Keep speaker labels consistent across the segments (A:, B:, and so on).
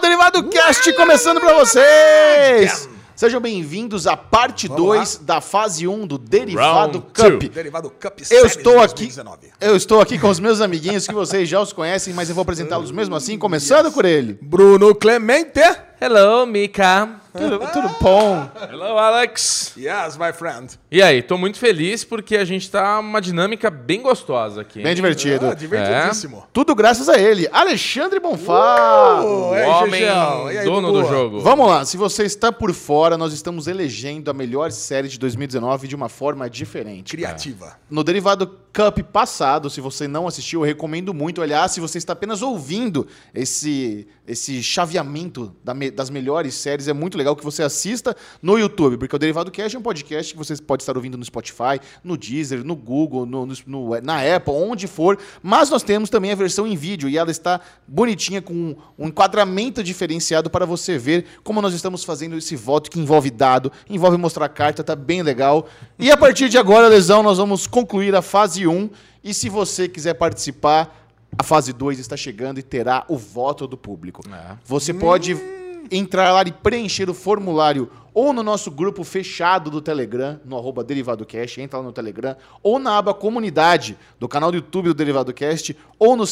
A: Pelado É Cast começando pra vocês! Sejam bem-vindos à parte
B: Vamos
A: 2 da fase 1 um do Derivado
C: Round
A: Cup.
B: Derivado Cup
A: Eu
B: Series
A: estou aqui,
B: 2019.
A: eu estou aqui com os meus amiguinhos que vocês já os conhecem, mas eu vou apresentá-los mesmo assim, começando por ele.
B: Bruno Clemente.
C: Hello, Mika.
A: Tudo, tudo bom?
C: Hello, Alex.
B: Yes, my friend.
C: E aí, tô muito feliz porque a gente tá uma dinâmica bem gostosa aqui. hein?
A: Bem divertido.
B: Ah, divertidíssimo.
A: Tudo graças a ele, Alexandre Bonfá.
B: Ô,
C: o
B: ei,
C: homem
B: Gegel, e aí,
C: dono
B: Dudu?
C: do jogo.
A: Vamos lá, se você está por fora, nós estamos elegendo a melhor série de 2019 de uma forma diferente.
B: Criativa.
A: No Derivado Cup passado, se você não assistiu, eu recomendo muito. Aliás, se você está apenas ouvindo esse, esse chaveamento da me- das melhores séries, é muito legal que você assista no YouTube, porque o Derivado Cast é um podcast que você pode estar ouvindo no Spotify, no Deezer, no Google, no- no- no- na Apple, onde for. Mas nós temos também a versão em vídeo e ela está bonitinha com um, um enquadramento diferenciado para você ver como nós estamos fazendo esse voto que envolve dado, envolve mostrar carta, tá bem legal. E a partir de agora, Lesão, nós vamos concluir a fase 1 e se você quiser participar, a fase 2 está chegando e terá o voto do público.
C: É.
A: Você pode entrar lá e preencher o formulário ou no nosso grupo fechado do Telegram, no arroba DerivadoCast, entra lá no Telegram, ou na aba Comunidade, do canal do YouTube do DerivadoCast, ou no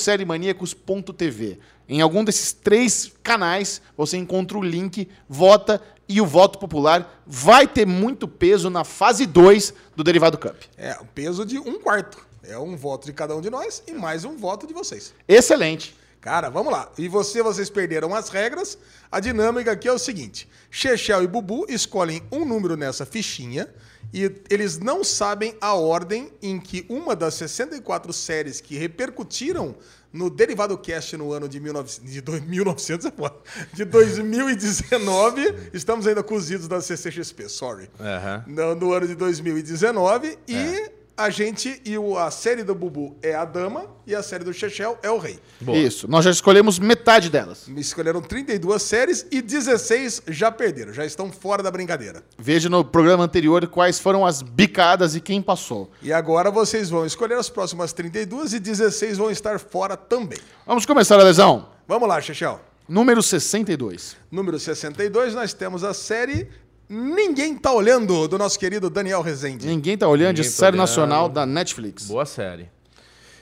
A: SérieManiacos.tv. Em algum desses três canais, você encontra o link, vota, e o voto popular vai ter muito peso na fase 2 do Derivado Cup.
B: É, o peso de um quarto. É um voto de cada um de nós e mais um voto de vocês.
A: Excelente.
B: Cara, vamos lá. E você, vocês perderam as regras. A dinâmica aqui é o seguinte: Chechel e Bubu escolhem um número nessa fichinha e eles não sabem a ordem em que uma das 64 séries que repercutiram no Derivado Cast no ano de, 19, de, dois- 1900 é foda. de 2019, estamos ainda cozidos da CCXP, sorry.
C: Aham.
B: No, no ano de 2019 e a gente e o- a série do Bubu é a dama e a série do Chechel é o rei.
C: Boa.
A: Isso. Nós já escolhemos metade delas.
B: Me escolheram 32 séries e 16 já perderam, já estão fora da brincadeira.
A: Veja no programa anterior quais foram as bicadas e quem passou.
B: E agora vocês vão escolher as próximas 32 e 16 vão estar fora também.
A: Vamos começar a lesão.
B: Vamos lá, Chechel.
A: Número 62.
B: Número 62, nós temos a série Ninguém Tá Olhando, do nosso querido Daniel Rezende.
A: Ninguém tá olhando de
C: Ninguém tá
A: série
C: olhando.
A: nacional da Netflix.
C: Boa série.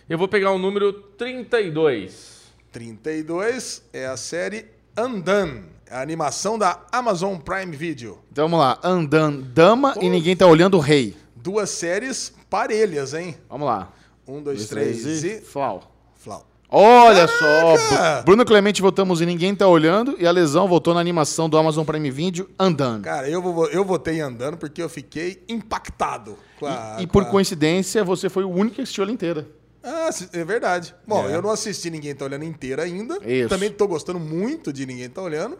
C: Eu vou pegar o número 32.
B: 32 é a série Andan, a animação da Amazon Prime Video.
A: Então vamos lá. Andan Dama e Ninguém tá olhando o Rei.
B: Duas séries parelhas, hein?
A: Vamos lá.
B: Um, dois,
A: Dois,
B: três, e...
A: Flau.
B: Flau.
A: Olha só, Bru- Bruno Clemente votamos e ninguém tá olhando e a lesão voltou na animação do Amazon Prime Video andando.
B: Cara, eu, vou, eu votei andando porque eu fiquei impactado. Com a,
A: E
B: com
A: por
B: a-
A: coincidência, você foi o único que assistiu ela inteira.
B: Ah, se- é verdade. Bom, eu não assisti Ninguém Tá Olhando inteira ainda.
A: Isso.
B: Também tô gostando muito de Ninguém Tá Olhando.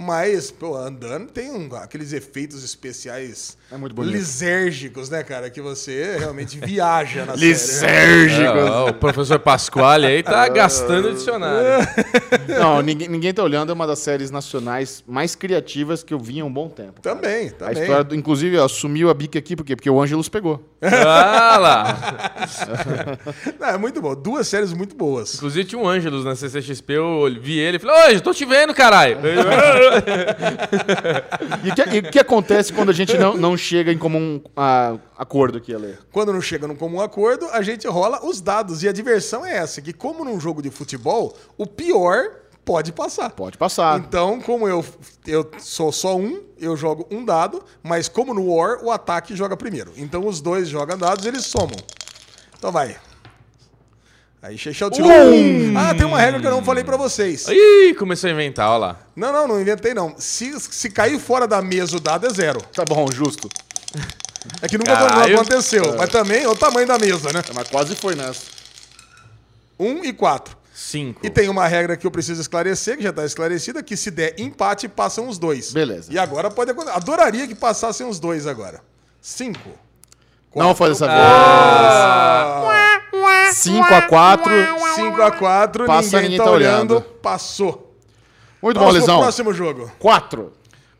B: Mas, pô, andando tem um- aqueles efeitos especiais
A: É muito bonito.
B: lisérgicos, né, cara? Que você realmente viaja na série. né?
A: Lisérgico!
C: Ah, o professor Pasquale aí tá gastando o dicionário.
A: Não, ninguém, ninguém tá olhando é uma das séries nacionais mais criativas que eu vi há um bom tempo.
B: Também,
A: A
B: também.
A: história, do, inclusive, ó, sumiu a bica aqui, por quê? Porque o Ângelus pegou.
C: Ah lá.
B: Não, é muito bom. Duas séries muito boas.
C: Inclusive tinha um Ângelus na CCXP, eu vi ele e falei, Ângelo, tô te vendo, caralho.
A: E o que, é, e o que acontece quando a gente não, não chega em comum ah, acordo aqui, Ale?
B: Quando não chega num comum acordo, a gente rola os dados. E a diversão é essa, que como num jogo de futebol, o pior pode passar.
A: Pode passar.
B: Então, como eu, eu sou só um, eu jogo um dado, mas como no War, o ataque joga primeiro. Então os dois jogam dados eles somam. Então vai. Aí Chechel tirou. Um. Ah, tem uma regra que eu não falei pra vocês.
C: Ih, começou a inventar, olha lá.
B: Não, não, não inventei não. Se, se cair fora da mesa o dado é zero.
A: Tá bom, justo.
B: É que nunca
C: Caralho.
B: aconteceu. Mas também é o tamanho da mesa, né?
A: Mas quase foi nessa.
B: Um e quatro.
C: Cinco.
B: E tem uma regra que eu preciso esclarecer, que já está esclarecida, que se der empate, passam os dois.
A: Beleza.
B: E agora pode acontecer. Adoraria que passassem os dois agora. Cinco.
A: Não foi dessa vez. Ah. 5x4.
B: 5 a 4
A: Passa,
B: ninguém,
A: ninguém
B: tá,
A: tá
B: olhando.
A: olhando.
B: Passou.
A: Muito bom,
B: Vamos pro
A: Lesão.
B: próximo jogo.
A: 4.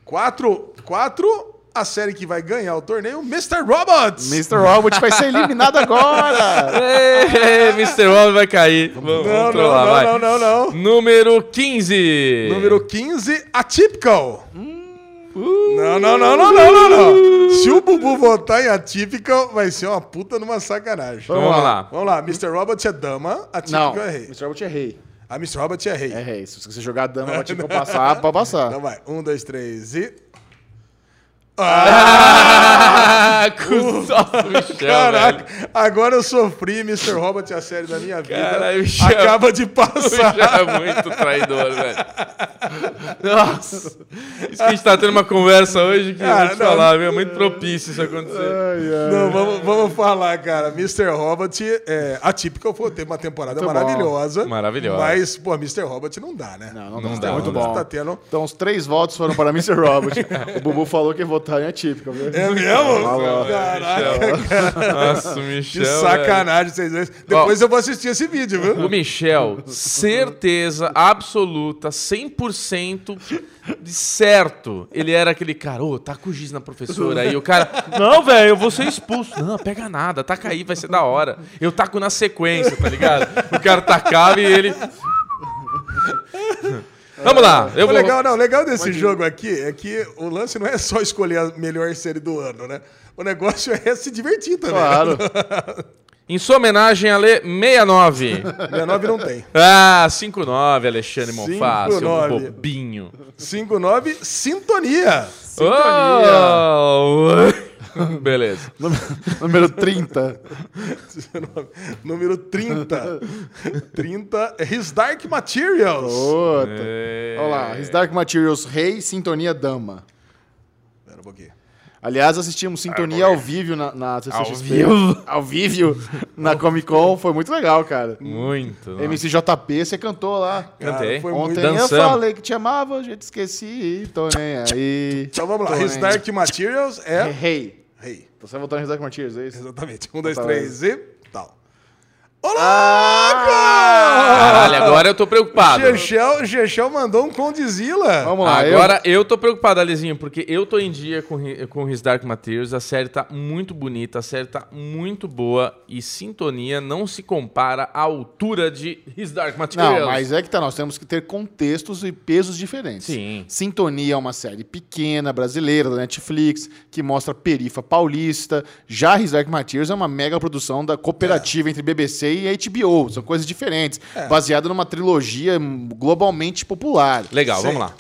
B: 4 4 a série que vai ganhar o torneio, Mr. Robots.
A: Mr. Robot vai ser eliminado agora!
C: Ei, Mr. Robin vai cair. Vamos,
B: Não,
C: vamos
B: não,
C: trollar,
B: não,
C: vai.
B: não, não, não.
C: Número 15.
B: Número 15, Atypical.
C: Hum,
B: Não, não, não, não, não, não, não. Se o Bubu votar em Atypical, vai ser uma puta numa sacanagem.
C: Então vamos lá.
B: Vamos lá, Mr. Robot é dama,
A: Não,
B: Atypical é rei.
A: Mr. Robot é rei.
B: A Mr. Robot é rei.
A: É rei. Se você jogar a dama, bate pra passar, pra passar.
B: Então vai, um, dois, três e...
C: Ah, Nossa, Michel,
B: Caraca,
C: velho.
B: agora eu sofri Mr. Robot é a série da minha vida.
C: Caralho, Michel.
B: Acaba de
C: O
B: passar.
C: Michel é muito traidor, velho. Nossa. Isso que a gente tá tendo uma conversa hoje que eu
B: Cara,
C: vou te
B: não.
C: falar, viu? É muito propício isso acontecer.
B: Não, vamos, vamos falar, cara. Mr. Robot é atípico, pô, teve uma temporada
A: Muito bom.
B: maravilhosa.
C: Maravilhosa.
B: Mas, pô, Mr. Robot não dá, né?
A: Não, não,
C: Não
A: dá.
C: dá,
A: Muito
C: não
A: bom.
B: Tá tendo...
A: Então, os três votos foram para Mr. Robot. o Bubu falou que votar é atípico, viu?
B: É mesmo?
A: Falou.
B: Caraca,
C: Nossa, o
B: que
C: Michel. velho.
B: sacanagem vocês dois. Depois eu vou assistir esse vídeo, viu?
C: O Michel, certeza absoluta, 100% de certo. Ele era aquele cara, ô, tá com giz na professora aí. O cara, não, velho, eu vou ser expulso. Não, pega nada, taca aí, vai ser da hora. Eu taco na sequência, tá ligado? O cara tacava e ele. Vamos lá, eu
B: O
C: vou.
B: legal, não, o legal desse jogo aqui é que o lance não é só escolher a melhor série do ano, né? O negócio é se divertir também.
A: Claro.
C: Em sua homenagem, Ale 69.
B: 69 não tem.
C: Ah, 59, Alexandre Monfá, seu
B: 59.
C: bobinho.
B: 59, sintonia.
C: Oh, beleza.
A: Número- Número 30.
B: 19, número 30. 30, His Dark Materials.
A: Outra.
C: É.
A: Olha lá. His Dark Materials, rei, sintonia, dama.
B: Pera um pouquinho.
A: Aliás, assistimos Sintonia ao vivo na, na sessão
C: Ao
A: XP.
C: vivo.
A: Ao vivo na Comic Con. Foi muito legal, cara.
C: Muito. nossa.
A: MCJP, você cantou lá.
C: Cantei.
B: foi
A: Ontem
B: muito...
A: eu
C: Dançamos.
A: falei que te amava, hoje eu te esqueci, tô nem aí.
B: Então vamos lá, His
A: Porém.
B: Dark Materials é
A: Errei.
B: rei.
A: Então Você vai votar em Isaac Martins, é isso?
B: Exatamente. Um, dois,
A: Tá
B: três e tal. Olá!
C: Caralho, agora é eu tô preocupado.
B: Chechel, Chechel mandou um Condizila.
A: Vamos lá.
C: Agora eu... tô preocupado, Alezinho, porque eu tô em dia com, Ri- com His Dark Materials. A série tá muito bonita, a série tá muito boa e sintonia não se compara à altura de His Dark
A: Eu... Não,
C: Materials.
A: mas é que tá, nós temos que ter contextos e pesos diferentes.
C: Sim.
A: Sintonia é uma série pequena, brasileira, da Netflix, que mostra perifa paulista. Já His Dark Materials é uma mega produção da
C: É.
A: cooperativa entre BBC e HBO. São coisas diferentes, baseada numa trilogia hum, globalmente popular.
C: Legal,
B: Sei.
C: vamos lá.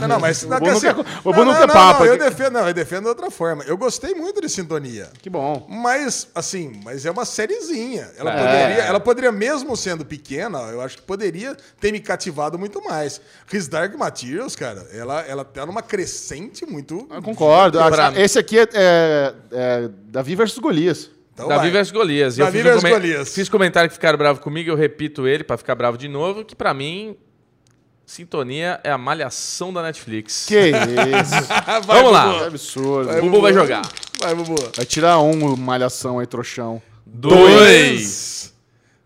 B: Não, não, mas... não,
A: Bobo
B: assim,
A: não quer-
B: não,
A: Bobo
B: não,
A: não
B: não,
A: quer papo.
B: não, eu defendo, não, eu defendo de outra forma. Eu gostei muito de Sintonia.
A: Que bom.
B: Mas, assim, mas é uma sériezinha. Ela,
A: É.
B: poderia, ela poderia, mesmo sendo pequena, eu acho que poderia ter me cativado muito mais. His Dark Materials, cara, ela, ela tá numa crescente muito.
A: Eu concordo. Ah,
C: Pra-
A: Esse aqui é, é, é Davi versus Golias.
B: Então,
C: Davi
B: vai.
C: versus Golias. Eu
B: Davi
C: fiz um
B: versus
C: come-
B: Golias.
C: Fiz comentário que ficaram bravo comigo, eu repito ele pra ficar bravo de novo, que pra mim, sintonia é a malhação da Netflix.
A: Que isso.
B: Ah,
C: Vamos lá.
A: Que absurdo.
C: O Bubu vai jogar.
B: Vai, Bubu.
A: Vai tirar um, o malhação aí, trouxão.
C: Dois.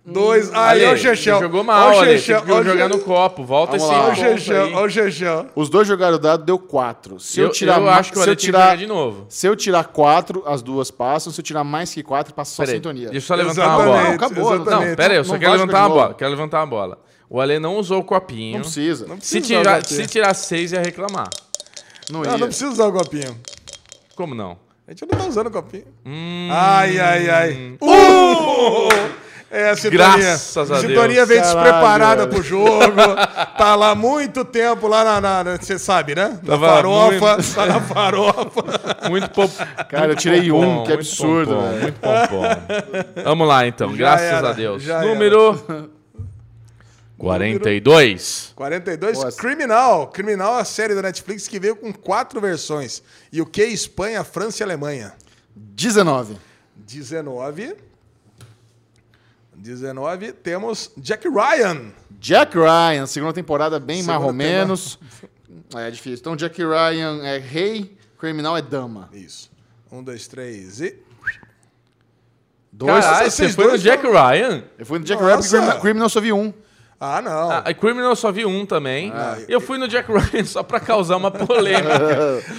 B: Dois. Aí, ó o Chechel.
C: Jogou mal,
B: Ó o
C: Ale.
B: Chechel.
C: Tem que jogar no copo. Volta esse
A: Vamos lá.
B: Ó o
C: ponto aí.
B: Chechel. Ó o Chechel.
A: Os dois jogaram dado, deu quatro. Se eu,
C: Eu-
A: tirar
C: eu
A: ma-
C: acho que o
A: se eu
C: Ale tinha que
A: tirar
C: jogar de novo.
A: Se eu tirar quatro, as duas passam. Se eu tirar mais que quatro, passa só a
C: Peraí,
A: sintonia.
C: deixa eu só levantar uma
A: Não,
C: bola.
B: Exatamente.
A: acabou.
B: exatamente.
C: Não, pera aí, eu só
A: Não
C: quero
A: vai
C: levantar
A: jogar
C: uma
A: de
C: bola.
A: novo.
C: Quero levantar uma bola. O Ale não usou o copinho.
A: Não precisa. Não,
B: precisa
C: se, tirar,
B: usar o
C: se tirasse seis, ia reclamar.
B: Não,
A: ia.
B: não precisa usar o copinho.
C: Como não?
B: A gente não tá usando o copinho.
C: Hum.
B: Ai, ai, ai. Uh! É, a sintonia.
C: Graças a
B: Sintonia
C: Deus.
B: veio
A: Caralho,
B: despreparada
A: velho.
B: pro jogo. tá lá muito tempo, lá na- na. na- Você sabe, né? Na
C: Tava
B: farofa.
C: muito-
B: Tá na farofa.
C: Muito pop...
A: Cara, eu tirei
C: pompom,
A: um, que
C: muito
A: absurdo,
C: pompom,
A: velho.
C: Muito pompom. Vamos lá, então.
B: Já
C: Graças
B: era,
C: a Deus.
B: já era.
C: Número... 42.
B: 42,
A: Nossa.
B: Criminal. Criminal é a série da Netflix que veio com quatro versões: UK, Espanha, França e Alemanha.
A: 19.
B: 19. 19, temos Jack Ryan.
A: Jack Ryan, segunda temporada bem
B: Segunda
A: mais ou menos. É difícil. Então, Jack Ryan é rei, criminal é dama.
B: Isso. Um, dois, três e.
A: Dois.
C: Caralho, você
B: vocês
C: foi no
B: dois
C: Jack Ryan?
A: Eu fui no Jack
B: Nossa.
A: Ryan, porque criminal, criminal só vi um.
B: Ah, não.
C: Ah, e Criminal eu só vi um também.
B: Ah,
C: eu fui no Jack Ryan só pra causar uma polêmica.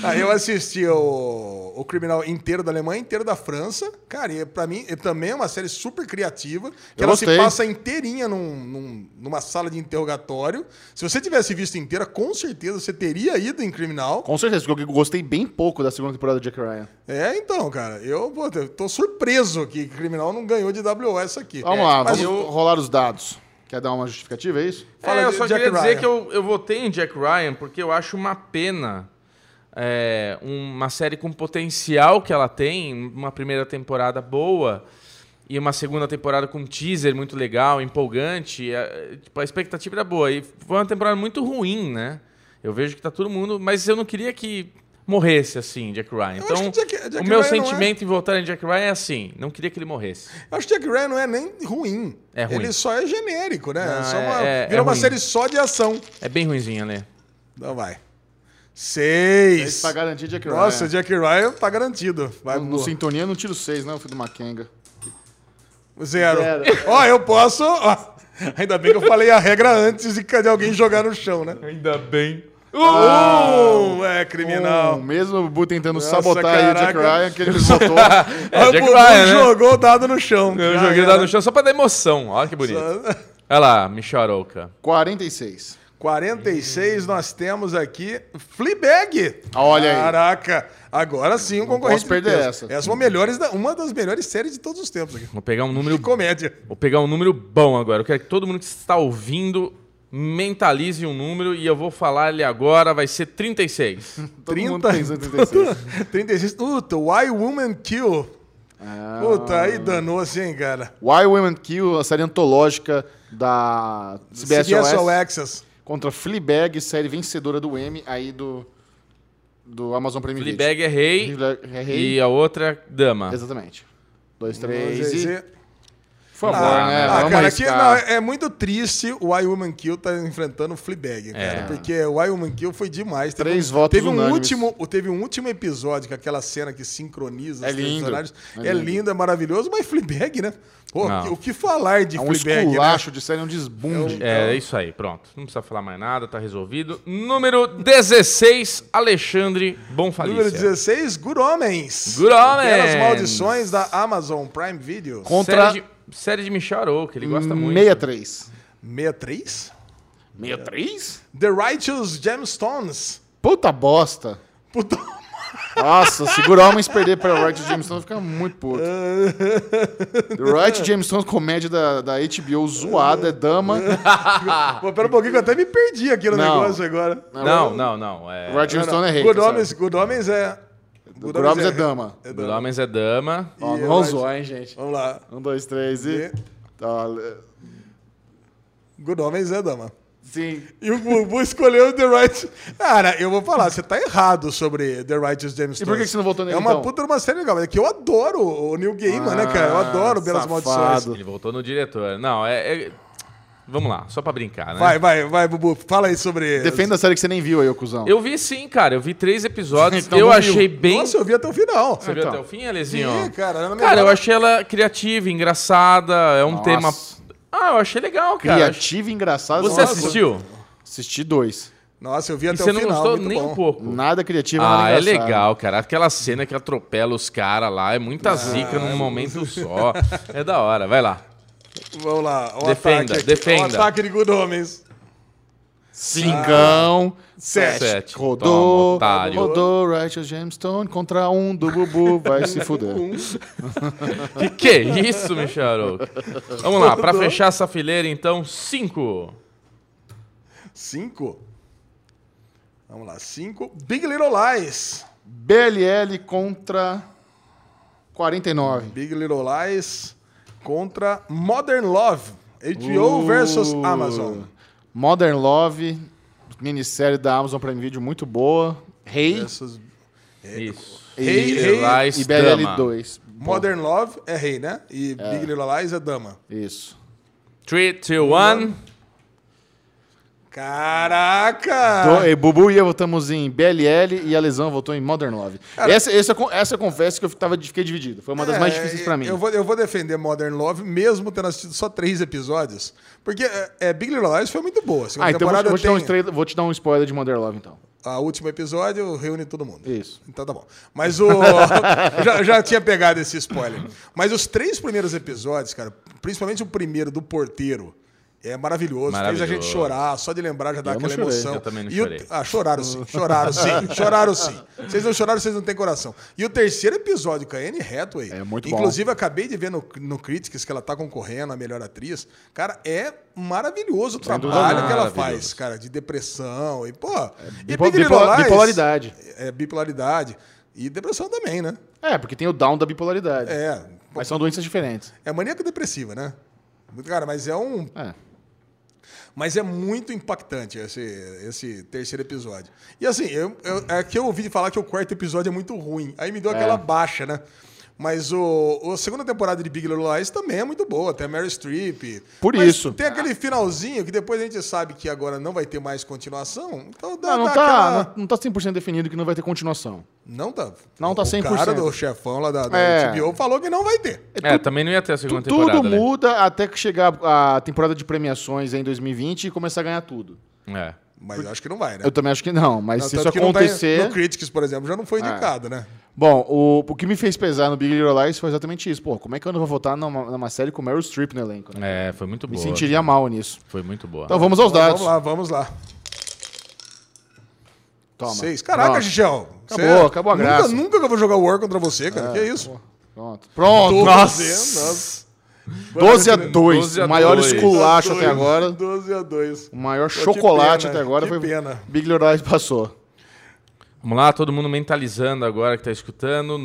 B: Aí eu assisti o, o Criminal inteiro da Alemanha, inteiro da França. Cara, e pra mim, é também é uma série super criativa. Que
A: Eu
B: ela
A: gostei.
B: se passa inteirinha num- num- numa sala de interrogatório. Se você tivesse visto inteira, com certeza você teria ido em Criminal.
A: Com certeza, porque eu gostei bem pouco da segunda temporada do Jack Ryan.
B: É, então, cara. Eu, pô, eu tô surpreso que Criminal não ganhou de WS
C: tipo
B: aqui.
A: Vamos
B: É,
A: lá,
B: mas
C: assim,
A: vamos
B: eu-
A: rolar os dados. Quer dar uma justificativa, é isso?
B: Fala
C: é, eu
B: de
C: só
B: Jack
C: queria dizer
B: Ryan.
C: que eu, eu votei em Jack Ryan porque eu acho uma pena é, uma série com o potencial que ela tem, uma primeira temporada boa e uma segunda temporada com um teaser muito legal, empolgante. é, é, tipo, a expectativa era boa. E foi uma temporada muito ruim, né? Eu vejo que tá todo mundo. Mas eu não queria que morresse assim, Jack Ryan.
B: Eu
C: Então,
B: acho que Jack- Jack
C: o
B: Ryan não
C: meu
B: é-
C: sentimento em votar em Jack Ryan é assim: não queria que ele morresse.
B: Eu acho que Jack Ryan não é nem ruim.
C: É ruim.
B: Ele só é genérico, né?
C: Não,
B: É só
C: é-
B: uma,
C: é-
B: virou
C: é
B: uma
C: ruim.
B: série só de ação.
C: É bem ruimzinho, né?
B: Então vai. Seis.
A: É Isso. Pra garantir Jack Ryan. Um
B: Nossa, Jack Ryan tá garantido. Vai,
A: No, no
B: Bubu.
A: sintonia não tiro 6, né? Eu fui do Makenga.
B: Zero.
A: Zero.
B: Ó, eu posso. ó, ainda bem que eu falei a regra antes de, de alguém jogar no chão, né?
C: Ainda bem.
B: Um, é
A: Hum,
B: criminal.
A: mesmo o Bubu tentando
B: Nossa,
A: sabotar aí o Jack
B: caraca.
A: Ryan, que ele botou.
C: É,
B: Aí o
C: Jack
B: Bubu
C: Ryan, né?
B: jogou o dado no chão.
C: Eu
B: Já
C: joguei
B: era.
C: lá no chão só pra dar emoção. Olha que bonito. Olha lá, Micharouca.
A: 46.
B: 46, nós temos aqui Fleabag.
A: Olha aí.
B: Caraca, agora sim um concorrente.
A: posso perder
B: de peso.
A: essa.
B: Essa é uma, melhores da- uma das melhores séries de todos os tempos. Aqui.
C: Vou pegar um número.
B: Comédia.
C: Vou pegar um número bom agora. Eu quero que todo mundo que está ouvindo mentalize um número e eu vou falar ele agora. Vai ser 36.
A: Todo
B: 30?
A: mundo pensou em 36.
B: 36. Puta, Why Woman Kill?
A: Ah.
B: Puta, aí danou assim, hein, cara.
A: Why Women Kill, a série antológica da CBS,
B: CBS All
A: OS,
B: Access.
A: contra Fleabag, série vencedora do Emmy aí do, do Amazon Prime Video.
C: Fleabag é rei
A: Fleabag é rei.
C: e a outra dama.
A: Exatamente. Dois,
B: Mas
A: três
B: aí
A: e...
B: você-
A: Por favor,
C: Ah,
A: né?
C: ah,
A: Vamos
B: cara, aqui, não,
A: arriscar.
B: é muito triste o Why Woman Kill tá enfrentando o Fleabag, cara.
C: É.
B: Porque o Why Woman Kill foi demais. Teve
A: Três
B: um-
A: votos
B: teve um
A: unânimes.
B: último Teve um último episódio, com aquela cena que sincroniza
A: É
B: os
A: lindo.
B: personagens.
A: É
B: É
A: lindo.
B: lindo, é maravilhoso, mas Fleabag, né? Pô,
C: Não.
B: que- o que falar de
A: É um
B: Fleabag,
A: esculacho
B: né?
A: de série, um desbunde.
C: É, é isso aí, pronto. Não precisa falar mais nada, tá resolvido. Número 16, Alexandre Bonfalícia.
B: Número 16, Good Homens.
C: Good Omens.
B: Aquelas maldições da Amazon Prime Video.
A: Com- Contra- Hum,
C: Série de, série de Michel Arouca, ele gosta muito.
A: 63.
B: 63?
A: 63?
B: The Righteous Gemstones.
A: Puta bosta.
B: Puta.
A: Nossa, segura homens perder para o Wright Jameson fica muito puto. The Wright Jameson, comédia da, da HBO zoada, é dama.
B: Pô, pera um pouquinho que eu até me perdi aqui no
A: Ah. Não.
B: negócio agora.
C: Não, não, não. É,
A: Wright Jameson é rei.
B: Good
A: tu sabe.
B: Homens, Good Homens é.
A: Good Omens é dama.
B: é
C: Good
B: dama.
C: Homens é dama.
A: Ó,
B: E
A: não
B: Wright-
A: vamos zoar, hein, gente.
B: Vamos lá.
A: Um, dois, três e. Tá, é,
B: E-
A: Ó, le-
B: Good Homens é dama.
A: Sim.
B: E o Bubu escolheu The Right. Cara, eu vou falar, você tá errado sobre The Righteous James
A: E por que que você não votou nele,
B: É uma
A: então?
B: puta de uma série legal, mas é que eu adoro o Neil Gaiman, né, cara? Eu adoro Belas
A: Ah, safado. né?
B: Maldições.
C: Ele voltou no diretor. Não, é, é- Vamos lá, só pra brincar, né?
B: Vai, vai, vai, Bubu, fala aí sobre.
A: Defenda a série que você nem viu aí, ô cuzão.
C: Eu vi sim, cara. Eu vi três episódios.
A: Então
C: eu
A: não viu.
C: achei bem.
B: Nossa, eu vi até o final.
C: Você viu
A: Então.
C: até o fim, Alezinho?
B: Ih, cara, era na
C: Cara, eu
B: memória.
C: achei ela criativa, engraçada. É um
A: Nossa.
C: tema. Ah, eu achei legal, cara.
A: Criativa e engraçada.
C: Você
A: nossa.
C: assistiu?
A: Assisti dois.
B: Nossa, eu vi
C: E
B: até
C: você
B: o
C: não
B: final.
C: gostou
B: muito
C: nem
B: bom.
C: um pouco.
A: Nada criativa,
C: Ah,
A: nada
C: é
A: engraçada.
C: legal, cara. Aquela cena que atropela os caras lá é muita zica num momento só. É da hora, vai lá.
B: Vamos lá, o
C: Defenda,
B: ataque. aqui.
C: defenda.
B: O ataque de Good Homens.
A: Cincão.
B: Sete.
C: Sete. Toma,
A: Rodou,
C: otário.
A: rodou, Righteous Gemstone contra um do Bubu, vai se fuder.
C: Que que é isso, Michel? Vamos lá, pra fechar essa fileira, então, cinco.
B: Cinco. Vamos lá, cinco. Big Little Lies.
A: BLL contra 49.
B: Big Little Lies contra Modern Love.
A: Uh.
B: HBO versus Amazon.
A: Modern Love, minissérie da Amazon Prime Video, muito boa. Rei
B: Versus
C: Isso.
B: Rei,
A: e,
B: Rei
C: Lá
A: e
C: está,
A: BLL
C: mano.
A: 2. Bom,
B: Modern Love é rei, né? E Big Little Lies é dama.
A: Isso.
C: Three, two, one.
B: Caraca! Ah.
A: Tô- e Bubu e eu votamos em BLL e a Lesão votou em Modern Love. essa, essa, eu con- essa eu confesso que eu tava, fiquei dividido. Foi uma das mais
B: É,
A: difíceis pra mim.
B: Eu vou, eu vou defender Modern Love, mesmo tendo assistido só três episódios. Porque é, é, Big Little Lies foi muito boa. A segunda
A: ah, então eu vou, te- vou
B: temporada
A: te dar um
B: tem-
A: trailer- vou te dar um spoiler de Modern Love, então.
B: A último episódio reúne todo mundo.
A: Isso.
B: Então tá bom. Mas o. já, já tinha pegado esse spoiler. Mas os três primeiros episódios, cara, principalmente o primeiro do porteiro. É maravilhoso, fez a gente
C: Maravilhoso.
B: chorar, só de lembrar já dá
A: Eu não
B: aquela
A: chorei.
B: emoção.
C: Eu também não
B: E o-
C: chorei.
B: Ah, choraram sim, choraram sim, choraram sim. Vocês não choraram, vocês não têm coração. E o terceiro episódio com a Anne Hathaway,
A: É muito bom.
B: inclusive acabei de ver no, no Critics que ela tá concorrendo a melhor atriz, cara, é maravilhoso o
A: dúvida é
B: trabalho que ela
C: alguma.
B: faz, cara, de depressão e, pô... e
A: Bipo-
B: Big Little
A: bipola-
B: Lies-
A: bipolaridade.
B: É, bipolaridade. E depressão também, né?
A: É, porque tem o down da bipolaridade.
B: É. pô,
A: Mas são doenças diferentes.
B: É maníaco depressiva, né? Muito Cara, mas é um.
A: É.
B: Mas é muito impactante esse, esse terceiro episódio. E assim, eu, eu- é que eu ouvi falar que o quarto episódio é muito ruim. Aí me deu aquela baixa, né? Mas o, o segunda temporada de Big Little Lies também é muito boa, até Mary Streep.
A: Por
B: Mas
A: isso.
B: Tem aquele finalzinho que depois a gente sabe que agora não vai ter mais continuação. Então dá,
A: Não, não,
B: dá
A: tá,
B: aquela-
A: não, não tá 100% definido que não vai ter continuação.
B: Não tá.
A: Não tá
B: O
A: 100%.
B: cara do chefão lá da, da
A: É.
B: HBO falou que não vai ter.
C: É, também não ia ter a segunda
A: Tu-
C: temporada, né?
A: tudo muda até que chegar a temporada de premiações em 2020 e começar a ganhar tudo.
C: né? É.
B: Mas eu acho que não vai, né?
A: Eu também acho que não, mas
B: Não,
A: se isso
B: tanto que não tá
A: acontecer. Ah.
B: no Critics, por exemplo, já não foi indicado, né?
A: Bom, o, o que me fez pesar no Big Little Lies foi exatamente isso. Pô, como é que eu não vou votar numa, numa série com Meryl Streep no elenco? Né?
C: É, foi muito
A: me
C: boa.
A: sentiria mal nisso.
C: Foi muito boa.
A: Então vamos aos dados.
B: Ah, Vamos lá, vamos lá.
A: Toma.
B: Seis. Caraca,
A: Pronto.
B: Gigião.
A: Acabou, acabou a graça.
B: Nunca, nunca que eu vou jogar War contra você, cara. que isso?
A: Pronto. Pronto.
B: Tô
A: Nossa.
B: dizendo, nossa.
A: 12 a 2.
C: 12 a
A: o maior
C: 2.
A: esculacho até
B: Dois,
A: agora.
B: 12 a 2.
A: O maior chocolate
B: pena,
A: até agora
B: que
A: foi.
B: pena.
A: Big Little Lies passou.
C: Vamos lá, todo mundo mentalizando agora que tá escutando.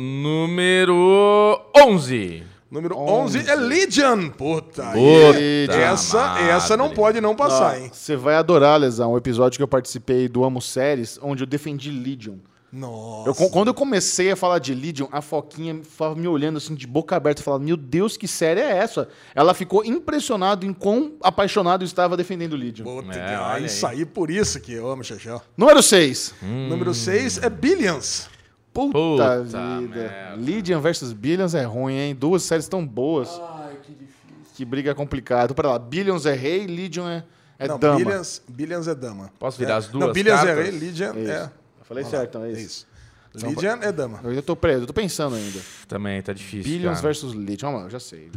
C: Número 11.
B: Número 11, é Legion. Puta.
C: Puta
B: aí. essa,
C: madre.
B: essa não pode não passar, hein?
A: Você vai adorar, Lesão, o episódio que eu participei do Amo Séries, onde eu defendi Legion.
B: Nossa.
A: Eu, quando eu comecei a falar de Legion, a Foquinha estava me olhando assim de boca aberta, falando: Meu Deus, que série é essa? Ela ficou impressionada em quão apaixonado eu estava defendendo Legion.
B: Puta,
C: É,
B: que-
C: olha aí.
B: isso aí, por isso que eu amo Xaxão.
A: Número 6.
B: Número 6 é Billions.
A: Puta,
C: Puta
A: vida.
C: merda.
A: Legion versus Billions é ruim, hein? Duas séries tão boas. Ai, que difícil. Que briga complicada. Pera lá, Billions é rei, Legion é, é
B: não,
A: dama.
B: Billions, Billions é dama.
C: Posso virar
B: É.
C: as duas
B: Não, Billions é
C: cartas?
B: rei, Lydian
A: Isso.
B: é...
A: Eu falei certo, então é
B: É
A: isso.
B: isso. Lydian é dama.
A: Eu tô preso, eu tô pensando ainda.
C: Também tá difícil.
A: Billions
C: cara.
A: versus Legion. Vamos lá, eu já sei.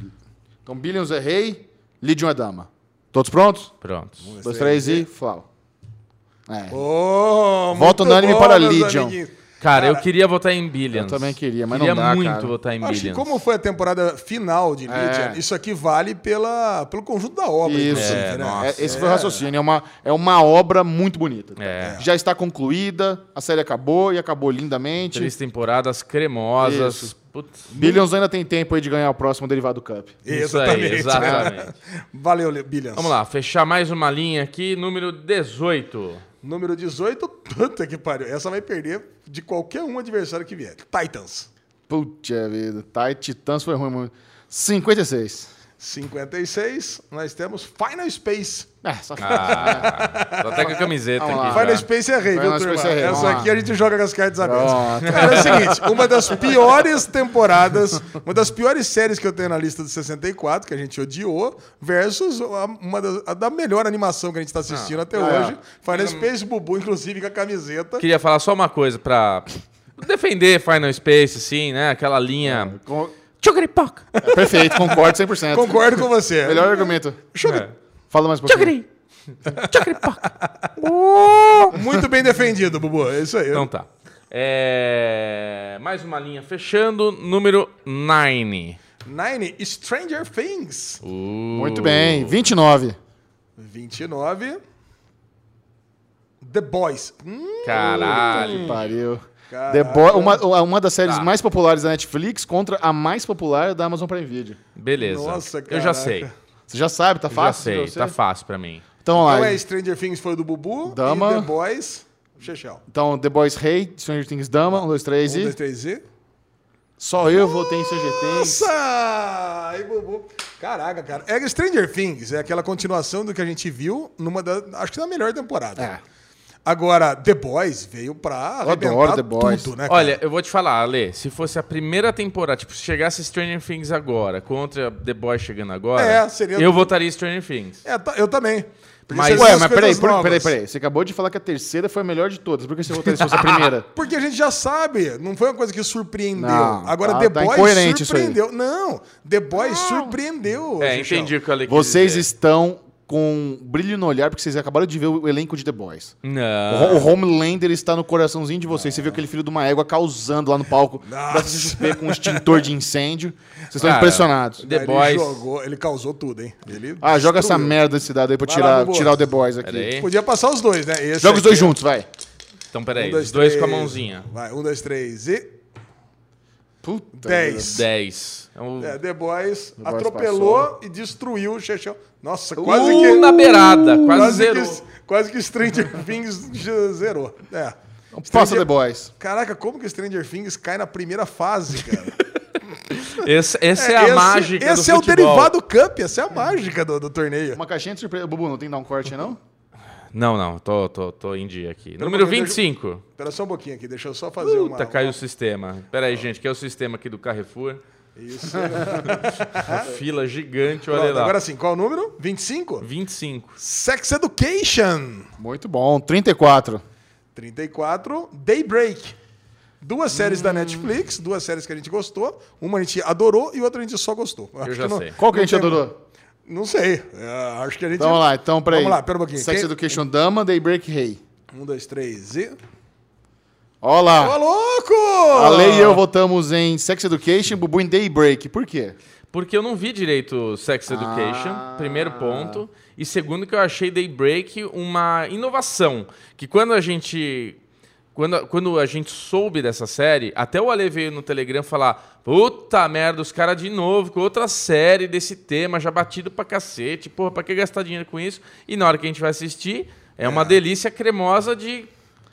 A: Então, Billions é rei, Legion é dama. Todos prontos?
C: Pronto.
A: Dois, três e flau. É.
B: Oh,
A: Voto
B: muito
A: unânime
B: bom,
A: para
B: meus
A: Lydian.
B: amiguinhos.
C: Cara, eu queria votar em Billions.
A: Eu também queria, mas
C: queria
A: não dá,
C: muito
A: cara.
C: votar em
B: Acho que
C: Billions.
B: como foi a temporada final de Lydian,
A: É.
B: isso aqui vale pela, pelo conjunto da obra.
A: Isso.
B: inclusive,
C: É,
B: né?
C: nossa.
A: É, esse foi o raciocínio. É uma, é uma obra muito bonita.
C: É.
A: Já está concluída, a série acabou e acabou lindamente.
C: Três temporadas cremosas.
A: Isso.
C: Putz.
A: Billions ainda tem tempo aí de ganhar o próximo Derivado Cup.
C: Isso aí,
B: Exatamente.
C: exatamente.
B: Valeu, Le- Billions.
C: Vamos lá, fechar mais uma linha aqui. Número 18.
B: Número 18, puta que pariu. Essa vai perder de qualquer um adversário que vier. Titans.
A: Puta vida. Tá, e Titãs foi ruim muito. 56.
B: 56, nós temos Final Space.
A: É, só
C: Ah, tô até com a camiseta
A: Vamos lá.
C: aqui.
B: Final
C: já.
B: Space é rei,
A: Ah, Final
B: viu, turma?
A: Space é rei,
B: Essa
A: vamos lá.
B: aqui a gente joga com as cartas abertas.
A: Pronto.
B: Cara, é o seguinte, uma das piores temporadas, uma das piores séries que eu tenho na lista do 64, que a gente odiou, versus a- uma das- a da melhor animação que a gente tá
A: Ah,
B: assistindo
A: é.
B: até hoje.
A: Hum.
B: Final Space, Bubu, inclusive, com a camiseta.
C: Queria falar só uma coisa pra defender Final Space, assim, né? Aquela linha.
A: Com-
C: Tchogripoc!
A: É, perfeito, concordo 100%.
B: Concordo com você.
A: Melhor argumento.
C: É.
A: Fala mais um pouquinho.
C: Tchogri! Tchogripoc!
A: Uh!
B: Muito bem defendido, Bubu. É isso aí.
C: Então tá. É... Mais uma linha fechando. Número 9.
B: Nine, Stranger Things.
C: Uh.
A: Muito bem. 29.
B: 29. The Boys. Hum,
C: Caralho.
A: Que pariu.
B: Caraca.
A: The Boy, uma, uma das séries
C: Tá.
A: mais populares da Netflix contra a mais popular da Amazon Prime Video.
C: Beleza.
B: Nossa,
C: Eu já
B: caraca.
C: sei. Eu
A: Você já sabe, tá
C: já
A: fácil?
C: sei.
A: pra você?
C: Tá fácil pra mim.
A: Então, lá.
B: Então é Stranger Things foi o do Bubu.
A: Dama.
B: E The Boys, Chechel.
A: Então, The Boys Rei, Stranger Things Dama, 1, 2, 3
B: 1, 2,
A: e.
B: 3 Um, e.
A: Só eu votei em Stranger Things.
B: Nossa! E Bubu. Caraca, cara. É Stranger Things, é aquela continuação do que a gente viu numa da. Acho que na melhor temporada.
A: É.
B: Agora, The Boys veio pra
A: Eu adoro
B: arrebentar
A: The Boys.
B: tudo, né? cara?
C: Olha, eu vou te falar, Ale, se fosse a primeira temporada, tipo, se chegasse Stranger Things agora, contra The Boys chegando agora,
B: É, seria-
C: eu votaria Stranger Things.
B: É, tá- eu também. Porque
C: Mas-
B: você
A: Ué,
B: vê as
A: mas
B: coisas
A: peraí, peraí,
B: novas.
A: peraí, peraí. Você acabou de falar que a terceira foi a melhor de todas. Por que você votou se fosse a primeira?
B: Porque a gente já sabe, não foi uma coisa que surpreendeu.
A: Não,
B: Agora,
A: tá-
B: The
A: tá
B: Boys
A: incoerente isso aí.
B: surpreendeu. Não, The Boys surpreendeu.
C: É,
B: Xuxão.
C: entendi o que o Ale quis
A: Vocês
B: é.
C: dizer.
A: estão com brilho no olhar porque vocês acabaram de ver o elenco de The Boys. O Ho-
B: Um, Ah.
C: Não.
A: O Homelander está no coraçãozinho de vocês. Você viu aquele filho de uma égua causando lá no palco da
B: Nossa.
A: CXP com um extintor de incêndio. Vocês estão
C: Cara,
A: impressionados.
C: The
B: Ele
C: Boys.
B: jogou, ele causou tudo, hein? Ele
A: Ah, joga essa
B: destruiu.
A: merda desse dado aí pra
B: Vai
A: tirar,
B: lá, Bubu.
A: tirar o The Boys aqui.
C: Pera aí.
B: Podia passar os dois, né? Esse
A: Joga os dois
B: aqui-
A: juntos, vai.
C: Então, peraí,
B: Um, dois,
C: os dois
B: três.
C: com a mãozinha.
B: Vai, um, dois, três e.
A: Puta.
B: Dez.
C: 10. É o-
B: É, The Boys
A: Boys
B: atropelou e destruiu o Chechel. Nossa, quase
C: Uh,
B: que.
C: na beirada, quase, zerou.
B: que, quase que Stranger Things já zerou. É.
A: Passa
B: Stranger-
A: The Boys.
B: Caraca, como que Stranger Things cai na primeira fase, cara?
C: Esse- essa é, a
B: esse,
C: mágica do
B: Esse é o
C: futebol.
B: derivado Cup, essa é a mágica do, do torneio.
A: Uma caixinha de surpresa. Bubu, não tem que dar um corte aí, não?
C: Não, não, tô, tô, tô em dia aqui. Número
B: momento,
C: 25.
B: Espera só um pouquinho aqui, deixa eu só fazer uma...
C: Puta, caiu o sistema. Peraí, gente, que é o sistema aqui do Carrefour.
B: Isso.
C: A fila gigante, olha
B: Pronto,
C: lá.
B: agora sim, qual o número? 25?
C: 25.
B: Sex Education.
A: Muito bom. 34.
B: 34, Daybreak. Duas séries
C: Hum.
B: da Netflix, duas séries que a gente gostou. Uma a gente adorou e outra a gente só gostou. Acho
C: já
B: que não-
C: sei.
A: Qual que a
B: não
A: gente
B: tem-
A: adorou?
B: Não sei. É, acho que a gente...
A: Então, vamos lá. Então, peraí.
B: Vamos lá, pera um pouquinho.
A: Sex
B: Quem-
A: Education Dama, Daybreak Rei.
B: Um, dois, três e...
A: Ó
B: Ô,
A: lá.
B: louco!
A: A Lei e eu votamos em Sex Education, Bubu em Daybreak. Por quê?
C: Porque eu não vi direito
A: Ah.
C: Sex Education, primeiro ponto. E segundo, que eu achei Daybreak uma inovação. Que quando a gente. Quando, quando a gente soube dessa série, até o Ale veio no Telegram falar: Puta merda, os caras de novo, com outra série desse tema, já batido pra cacete, porra, pra que gastar dinheiro com isso? E na hora que a gente vai assistir, é uma delícia cremosa de.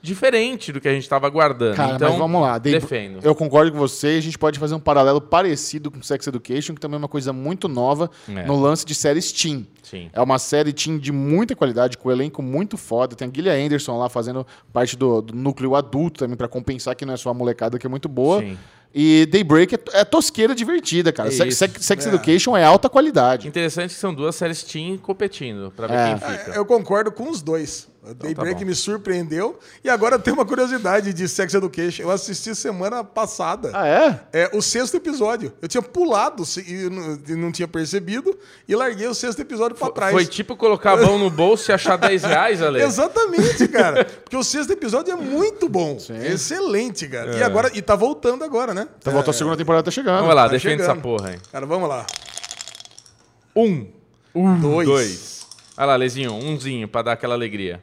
C: diferente do que a gente tava aguardando.
A: Cara,
C: então,
A: mas vamos lá. Dei-
C: Defendo.
A: Eu concordo com você. A gente pode fazer um paralelo parecido com Sex Education, que também é uma coisa muito nova
C: É.
A: no lance de séries teen.
C: Sim.
A: É uma série teen de muita qualidade, com um elenco muito foda. Tem a Gillian Anderson lá fazendo parte do, do núcleo adulto também, pra compensar que não é só a molecada que é muito boa.
C: Sim.
A: E Daybreak é, é tosqueira divertida, cara.
C: É
A: Sex,
C: isso.
A: Sex- Sex
B: É.
A: Education é alta qualidade.
C: Interessante que são duas séries Team competindo, pra ver
A: É.
C: quem fica.
B: É, Eu concordo com os dois. O Daybreak
C: Então tá bom.
B: me surpreendeu. E agora eu tenho uma curiosidade de Sex Education. Eu assisti semana passada.
A: Ah, é?
B: É o sexto episódio. Eu tinha pulado se- e não- e não tinha percebido e larguei o sexto episódio pra trás.
C: Foi tipo colocar a mão no bolso e achar 10 reais, Ale.
B: Exatamente, cara. Porque o sexto episódio é muito bom. É excelente, cara.
C: É.
B: E agora e tá voltando agora, né?
A: Então voltou a segunda temporada, tá chegando.
C: Vamos lá,
B: Tá
C: defende
B: chegando.
C: essa porra aí.
B: Cara, vamos lá.
C: Um,
B: Dois.
C: dois. Olha lá, Lezinho, umzinho pra dar aquela alegria.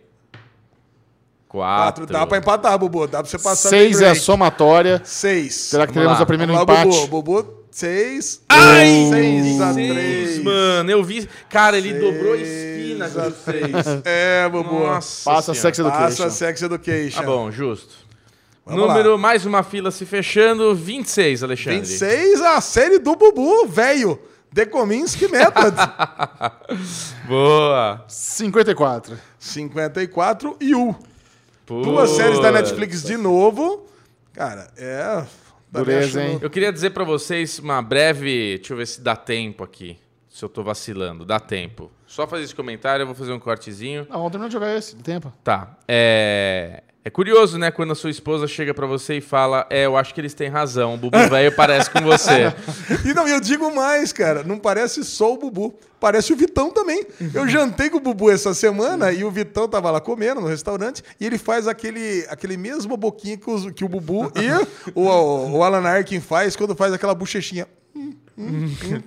C: Quatro.
B: Quatro. Dá pra empatar, Bubu. Dá pra você passar.
A: Seis
B: bem
A: é a
B: break.
A: somatória.
B: Seis.
A: Será que
C: Vamos
A: teremos
C: lá,
A: a primeiro
B: Vamos lá,
A: empate?
B: Bubu. Bubu, seis.
C: Ai!
B: Seis a
C: Um, Seis,
B: três.
C: mano, eu vi. Cara, ele dobrou a esquina
B: Seis
C: com
B: a
C: os três.
B: três. É, Bubu.
C: Nossa.
A: Passa
C: senhora.
A: Sex
B: Passa
A: Education.
B: Sex Education.
C: Tá bom, justo.
B: Vamos
C: Número, mais uma fila se fechando, 26, Alexandre.
B: 26, a série do Bubu, velho. The Kominsky Method.
C: Boa.
A: 54.
B: 54 e U.
C: Pô.
B: Duas séries da Netflix de novo. Cara, é. tá me
A: Dureza, hein?
B: achando-
C: Eu queria dizer pra vocês uma breve. Deixa eu ver se dá tempo aqui. Se eu tô vacilando, dá tempo. Só fazer esse comentário, eu vou fazer um cortezinho.
A: Não, vamos terminar de jogar esse. Tem tempo.
C: Tá. É. É curioso, né, quando a sua esposa chega pra você e fala: É, eu acho que eles têm razão, o Bubu velho parece com você.
B: E não, eu digo mais, cara. Não parece só o Bubu. Parece o Vitão também. Eu
C: Uhum.
B: jantei com o Bubu essa semana e o Vitão tava lá comendo no restaurante e ele faz aquele, aquele mesmo boquinha que, os- que o Bubu e o, o, o Alan Arkin faz quando faz aquela bochechinha. Hum, hum, hum.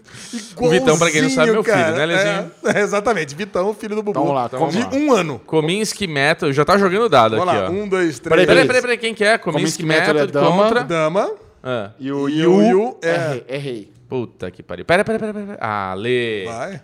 C: O Vitão, pra quem não sabe, é meu filho,
B: Igualzinho,
C: né, Lezinho?
B: É, é, exatamente. Vitão, filho do Bubu.
A: Então, vamos lá,
C: vamos
B: de
C: lá.
B: um ano.
C: Kominsky Metal, já tá jogando dado
B: Vamos
C: aqui,
B: lá.
C: ó.
B: Um, dois,
A: Peraí,
B: três.
C: Peraí, peraí, peraí, quem que é? Kominsky,
A: Kominsky
C: Metal,
A: Metal é dama.
C: contra.
B: Dama.
C: Ah,
A: E o
B: E o
A: Yu
B: Yu é-
A: errei.
C: puta que pariu. Pera, pera, pera, pera. pera. Ah, Lê.
B: Vai.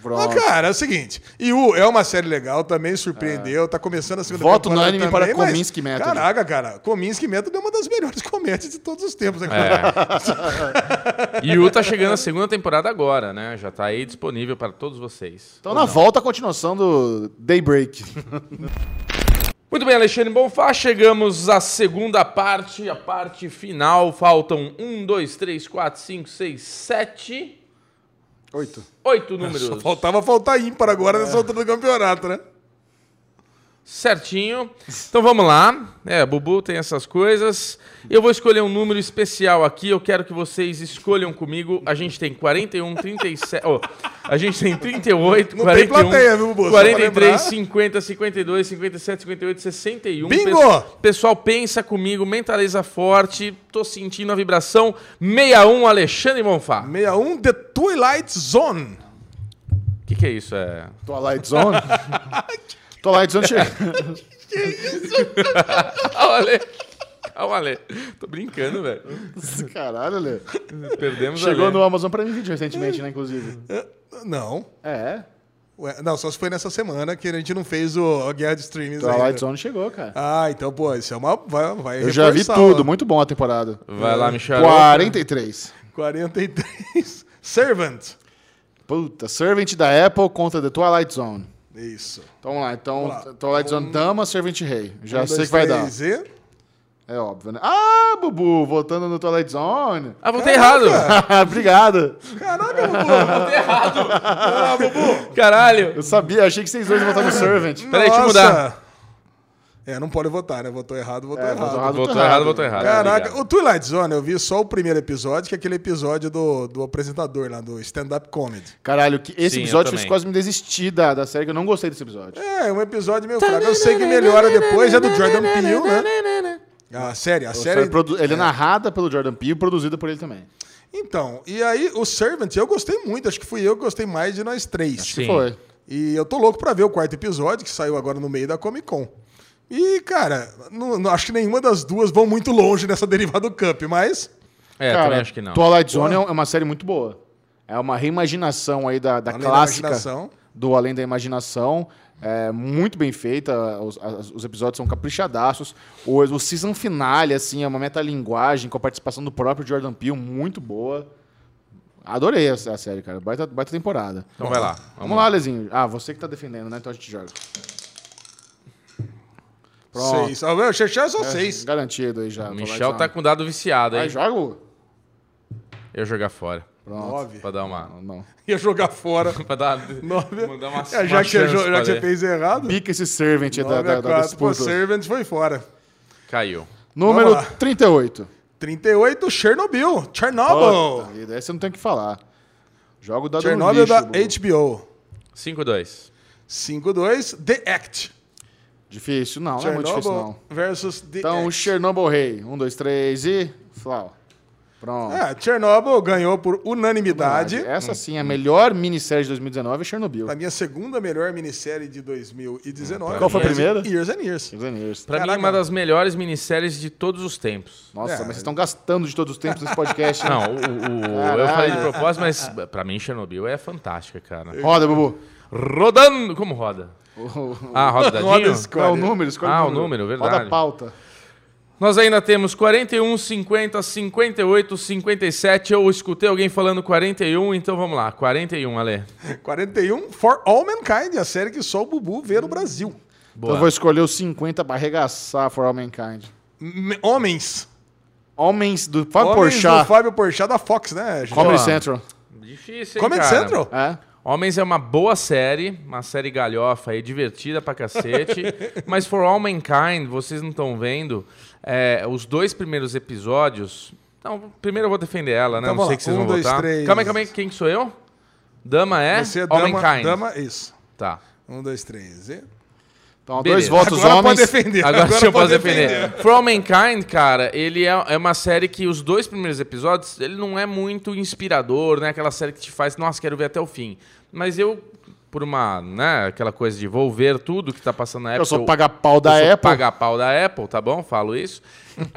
A: Pronto.
B: Mas, cara, é o seguinte. Yu é uma série legal, também surpreendeu. Tá começando a segunda
A: Voto
B: temporada
A: unânime
B: também,
A: para
B: mas,
A: Kominsky Method.
B: Caraca, cara. Kominsky Method é uma das melhores comédias de todos os tempos. né, cara?
C: É. Yu tá chegando a segunda temporada agora, né? Já tá aí disponível para todos vocês.
A: Então, na volta, a continuação do Daybreak.
C: Muito bem, Alexandre Bonfá, chegamos à segunda parte, a parte final. Faltam um, dois, três, quatro, cinco, seis, sete,
A: Oito.
C: oito números.
B: Só faltava faltar ímpar agora nessa altura do campeonato, né?
C: Certinho. Então vamos lá. É, Bubu tem essas coisas. Eu vou escolher um número especial aqui. Eu quero que vocês escolham comigo. A gente tem 41, 37. ó, a gente tem 38,
B: Não tem
C: 41,
B: plateia, viu, Bubu? Só pra
C: 43,
B: lembrar.
C: 50, 52, 57, 58, 61.
B: Bingo!
C: Pes- um Pessoal, pensa comigo, mentaliza forte. Tô sentindo a vibração. 61, Alexandre Bonfá.
B: 61 The Twilight Zone.
C: O que, que é isso? É.
A: Twilight Zone. Twilight Zone chega.
C: Calma, Ale. Calma, Ale. Tô brincando, velho.
A: Caralho, Lê.
C: Perdemos a
A: Chegou
C: Ale.
A: no Amazon Prime Video recentemente, né, inclusive.
B: Não.
A: É.
B: Ué, não, só se foi nessa semana que a gente não fez o, a guerra de streams
A: Twilight
B: ainda.
A: Zone chegou, cara.
B: Ah, então, pô, isso é uma. Vai, vai
A: Eu já vi
B: reforçar,
A: tudo,
B: ó.
A: muito bom a temporada.
C: Vai lá, Michel.
A: 43.
B: 43. Servant.
A: Puta, Servant da Apple contra The Twilight Zone.
B: Isso.
A: Então vamos lá, então
B: Vamos lá.
A: Twilight Zone dama, Servant rei. Já
B: Um,
A: sei
B: dois,
A: que vai dar.
B: três e-
A: É óbvio, né? Ah, Bubu, voltando no Twilight Zone.
C: Ah, voltei errado.
A: Obrigado.
B: Caraca, Bubu.
C: Voltei errado.
B: Ah, Bubu.
C: Caralho.
A: Eu sabia, achei que vocês dois votaram no Servant.
C: Peraí, deixa eu
B: Nossa.
C: mudar.
B: É, não pode votar, né? Votou errado, votou
A: É,
B: errado.
A: votou errado.
C: Voltou errado, voltou errado.
B: Caraca,
C: Obrigado.
B: o Twilight Zone, eu vi só o primeiro episódio, que é aquele episódio do, do apresentador lá, do stand-up comedy.
A: Caralho, que esse
C: Sim, eu
A: episódio
C: também.
A: fez quase me desistir da, da série, que eu não gostei desse episódio.
B: É, um episódio meio fraco. Eu sei que melhora depois, é do Jordan Peele, né? A série, a
A: A
B: série.
A: série produ- Ele é narrada pelo Jordan Peele e produzida por ele também.
B: Então, e aí o Servant, eu gostei muito, acho que fui eu que gostei mais de nós três.
A: Que
C: Ah, Sim. É,
A: foi?
B: E eu tô louco pra ver o quarto episódio, que saiu agora no meio da Comic Con. E, cara, não, não- acho que nenhuma das duas vão muito longe nessa derivada do Cup, mas.
C: É,
A: Cara,
C: também acho que não.
A: Twilight Zone é uma série muito boa. É uma reimaginação aí da, da
B: Além da
A: clássica
B: Imaginação.
A: do Além da Imaginação. É muito bem feita, os, as- os episódios são caprichadaços. O, o season finale, assim, é uma metalinguagem com a participação do próprio Jordan Peele, muito boa. Adorei a, a série, cara. Baita, baita temporada.
C: Então vai lá.
A: Vamos lá, Lezinho. Ah, você que tá defendendo, né? Então a gente joga. Pronto.
B: Seis. Ah, meu, Xexé é só seis.
A: Garantido aí já.
C: O Michel tá com o dado viciado,
A: Aí
C: hein?
A: joga? Hugo?
C: Eu jogar fora.
A: Pronto. Ah,
B: Nove.
C: Pra dar uma.
A: Não, não.
B: Ia jogar fora.
C: Pra dar.
B: Nove.
C: Mandar uma
B: É, já
C: uma
B: que você,
C: chance
B: jo- já
C: pra
B: que você
C: ler.
B: fez errado.
A: Pica esse servant da,
B: 9
A: da,
B: a
A: da
B: 4 pro
A: disputa.
B: Servant foi fora.
C: Caiu.
A: Número
B: Vamos lá.
A: 38.
B: 38, Chernobyl. Chernobyl.
A: Puta vida, essa não tem o que falar. Joga o dado
B: Chernobyl
A: no lixo,
B: é da
A: Bubu.
B: HBO.
C: 5-2.
B: 5-2, The Act.
A: Difícil, não, não é muito difícil,
B: Chernobyl É.
A: não.
B: versus The
A: Então, o
B: Act.
A: Chernobyl Rei. Um, dois, três e... Flau. Pronto.
B: É, Chernobyl ganhou por unanimidade.
A: Essa sim é a melhor minissérie de 2019 é Chernobyl.
B: A minha segunda melhor minissérie de 2019.
A: Qual foi a
B: Years-
A: primeira?
B: Years and Years.
C: Pra
B: Caraca.
C: mim, uma das melhores minisséries de todos os tempos.
A: Nossa,
B: É.
A: mas vocês estão gastando de todos os tempos nesse podcast. hein?
C: Não, o, o- o- eu falei de propósito, mas pra mim, Chernobyl é fantástica, cara.
A: Roda, Bubu.
C: Rodando! Como roda? Ah, roda dadinho?
B: Roda esse
A: Qual é o
B: Escolhe.
A: número? Escolhe
C: Ah, o número,
A: Roda
C: verdade.
A: a pauta. Então,
C: Nós ainda temos 41, 50, 58, 57. Eu escutei alguém falando 41, então vamos lá. 41, Ale.
B: 41, For All Mankind, a série que só o Bubu vê no Brasil.
A: Então
C: Boa.
A: eu vou escolher os 50 pra arregaçar For All Mankind.
B: M- Homens.
A: Homens do Fábio
B: Homens
A: Porchat.
B: do Fábio Porchat da Fox, né? gente?
A: Comedy
C: Boa.
A: Central.
C: Difícil, hein,
B: Comedy
C: cara?
B: Central?
A: É.
C: Homens é uma boa série, uma série galhofa aí, divertida pra cacete. mas For All Mankind, vocês não estão vendo, é, os dois primeiros episódios... Não, primeiro eu vou defender ela, né?
B: Então
C: não
B: vamos
C: sei
B: lá.
C: que vocês
B: Um,
C: vão
B: dois,
C: votar.
B: três.
C: Calma aí, calma aí. Quem que sou eu? Dama é?
B: Você é dama,
C: Hommankind.
B: dama, isso.
C: Tá.
B: Um, dois, três e...
A: Então, dois
C: Beleza.
A: votos
B: Agora pode
A: homens.
B: defender.
C: Agora, deixa eu posso
B: pode
C: defender. For All Mankind, cara, ele é, é uma série que os dois primeiros episódios, ele não é muito inspirador, né? Aquela série que te faz, nossa, quero ver até o fim. Mas eu por uma, né, aquela coisa de vou ver tudo que tá passando na Apple.
A: Eu sou pagar pau da
C: eu sou
A: Apple.
C: pagar pau da Apple, tá bom? Falo isso.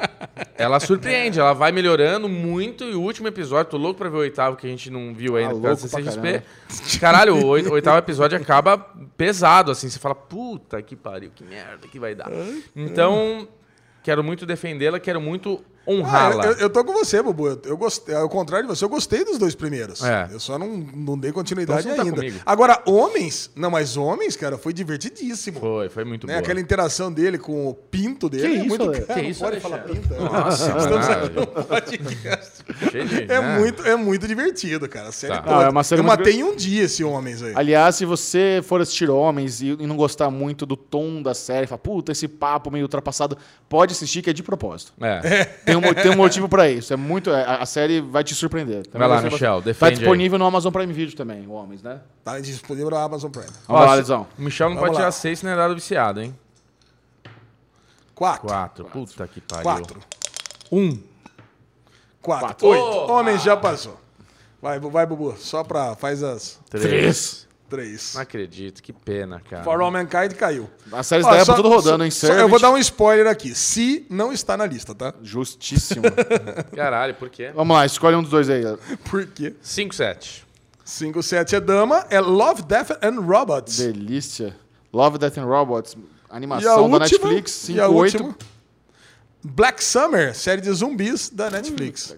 C: ela surpreende, ela vai melhorando muito. E o último episódio, tô louco pra ver o oitavo que a gente não viu ainda
A: Tá
C: por causa
A: louco
C: da
A: pra
C: CCXP. Caralho, o oi- oitavo episódio acaba pesado, assim. Você fala, puta que pariu, que merda que vai dar. Então, quero muito defendê-la, quero muito
B: Ah, eu-
C: honrá-la.
B: eu, eu tô com você, Bubu. Eu, eu gostei, ao contrário de você, eu gostei dos dois primeiros.
C: É.
B: Eu só não, não dei continuidade
C: Então você não tá
B: ainda.
C: comigo.
B: Agora, homens. Não, mas homens, cara, foi divertidíssimo.
C: Foi, foi muito
B: né?
C: boa.
B: Aquela interação dele com o pinto dele
A: Que
B: é
A: isso,
B: muito
A: Ale?
B: cara,
C: Que isso,
B: não pode falar
C: Alexandre?
B: pinta.
C: Nossa,
B: Estamos
C: mano.
B: aqui no podcast.
C: Cheio de,
B: É,
C: né?
B: muito, é muito divertido, cara. A série
C: Tá.
B: toda.
A: Ah, é uma série
B: eu
A: muito
B: matei em um dia esse homens aí.
A: Aliás, se você for assistir Homens e, e não gostar muito do tom da série, fala, puta, esse papo meio ultrapassado, pode assistir que é de propósito.
C: É.
A: Tem um, mo- tem um motivo pra isso. É muito. é, A, a série vai te surpreender. Também
C: Vai lá,
A: ser
C: Michel,
A: bastante-
C: defende
A: Tá
C: aí.
A: disponível no Amazon Prime Video também, o Homens, né?
B: Tá disponível na Amazon Prime.
A: Vamos lá,
C: se-
A: Alisão.
C: O Michel não
B: Vamos
C: pode
B: lá.
C: tirar seis se não é dado viciado, hein?
B: Quatro.
C: Quatro. Puta que pariu.
B: Quatro.
C: Um.
B: Quatro.
A: Quatro.
B: Oito. Homens já passou. Vai, Bu- vai, Bubu. Só pra... Faz as
A: Três.
B: três.
C: Não acredito, que pena, cara.
B: For All Mankind caiu.
A: As séries
B: Ó,
A: da Apple
B: só-
A: tudo rodando,
B: só-
A: hein?
B: só-
A: Servant.
B: Eu vou dar um spoiler aqui. Se não está na lista, tá?
A: Justíssimo.
C: Caralho, por quê?
A: Vamos lá, escolhe um dos dois aí.
B: Por quê?
C: 5, 7.
B: 5, 7 é Dama, é Love, Death and Robots.
A: Delícia. Love, Death and Robots,
B: E a
A: animação da
B: última,
A: Netflix,
B: e a
A: 58.
B: última, Black Summer, série de zumbis
A: Hum.
B: da Netflix.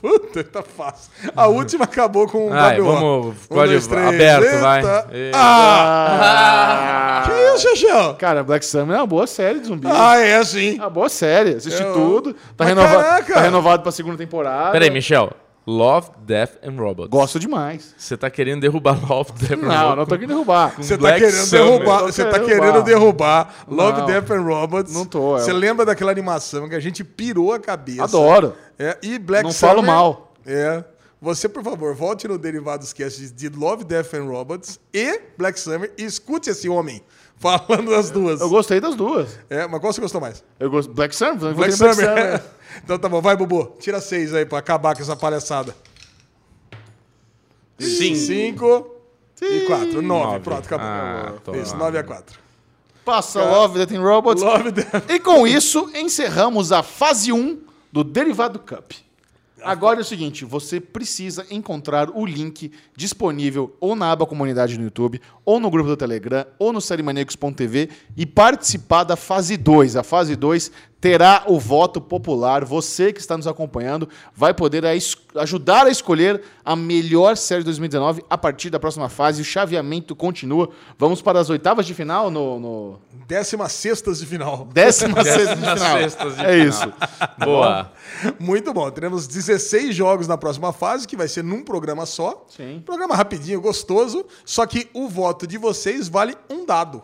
B: Puta, tá fácil. A última acabou com um
C: Ai,
B: W.O.
C: Uhum. vamos,
B: Um,
C: pode-
B: dois, três,
C: aberto,
B: eita.
C: vai.
B: Ah, que
A: Ah!
B: isso, Xixão?
A: Cara, Black Summer é uma boa série de zumbi.
B: Ah, é sim.
A: É uma boa série. Assisti
B: Eu-
A: tudo. Tá,
B: Mas
A: renova...
B: caraca!
A: tá renovado pra segunda temporada.
C: Peraí, Michel. Love, Death and Robots.
A: Gosto demais.
C: Você tá querendo derrubar Love, Death and
A: Não, não
C: Robots?
A: tô querendo derrubar.
B: Você tá
C: Black
B: querendo
C: Summer.
B: derrubar,
A: Tô
B: você tá
A: querendo
B: querendo derrubar Love,
A: Não.
B: Death and Robots.
A: Não tô, é
B: Você
A: um-
B: lembra daquela animação que a gente pirou a cabeça?
A: Adoro.
B: É, e Black
A: Não
B: Summer-
A: falo mal.
B: É. Você, por favor, volte no Derivados Cast de Love, Death and Robots e Black Summer e escute esse homem falando as duas.
A: Eu gostei das duas.
B: É, mas qual você gostou mais?
A: Eu gosto Black Summer. eu
B: Black
A: gostei do
B: Summer. então tá bom, vai, Bubu. Tira seis aí pra acabar com essa palhaçada.
C: Sim.
B: Cinco e quatro. Nove.
C: Nove.
B: Pronto, acabou.
C: Ah, tô
B: Isso,
C: lá.
B: nove a quatro.
A: Passa Love, Death and Robots.
B: Love, Death
A: E com isso, encerramos a fase 1 do Derivado Cup. Agora é o seguinte, você precisa encontrar o link disponível ou na aba comunidade no YouTube, ou no grupo do Telegram, ou no seriemaníacos.tv e participar da fase 2. A fase 2 terá o voto popular. Você que está nos acompanhando vai poder a es- ajudar a escolher a melhor série de 2019 a partir da próxima fase. O chaveamento continua. Vamos para as oitavas de final no- no...
B: Décima sextas de final.
A: Décima sexta de
C: Décima
A: final.
C: sexta de
A: é
C: final.
A: isso.
C: Boa.
B: Muito bom. Teremos 16 jogos na próxima fase, que vai ser num programa só.
A: Sim.
B: Programa rapidinho, gostoso. Só que o voto de vocês vale um dado.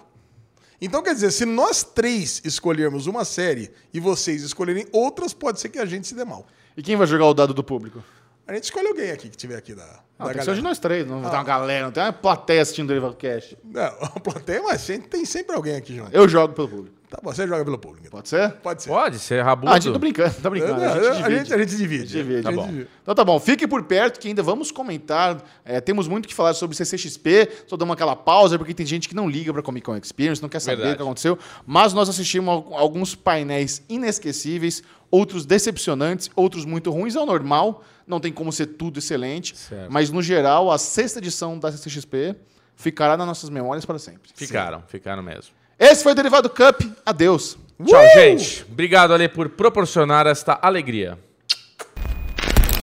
B: Então, quer dizer, se nós três escolhermos uma série e vocês escolherem outras, pode ser que a gente se dê mal.
A: E quem vai jogar o dado do público?
B: A gente escolhe alguém aqui que tiver aqui da,
A: Não,
B: Ah,
A: Ah, tem
B: da
A: que ser
B: galera. Ah.
A: de nós três. Não tem uma galera, não tem uma plateia assistindo Derivado Cash.
B: Não, a plateia, mas sempre- tem sempre alguém aqui junto.
A: Eu jogo pelo público.
B: Tá bom, você joga pelo público. então.
A: Pode ser?
B: Pode ser.
C: Pode ser rabudo.
A: Ah, a gente tá brincando. Tá brincando. A gente
B: É, a,
A: divide.
B: gente, a gente divide.
A: Divide.
B: A gente
A: Tá bom. Então tá bom, fique por perto que ainda vamos comentar. É, temos muito o que falar sobre CCXP, só damos aquela pausa, porque tem gente que não liga pra Comic Con Experience, não quer saber
C: Verdade.
A: o que aconteceu. Mas nós assistimos al- alguns painéis inesquecíveis, outros decepcionantes, outros muito ruins. É o normal, não tem como ser tudo excelente.
C: Certo.
A: Mas no geral, a sexta edição da CCXP ficará nas nossas memórias para sempre.
C: Ficaram, ficaram mesmo.
A: Esse foi o Derivado Cup. Adeus.
C: Tchau, gente. Obrigado, Ale, por proporcionar esta alegria.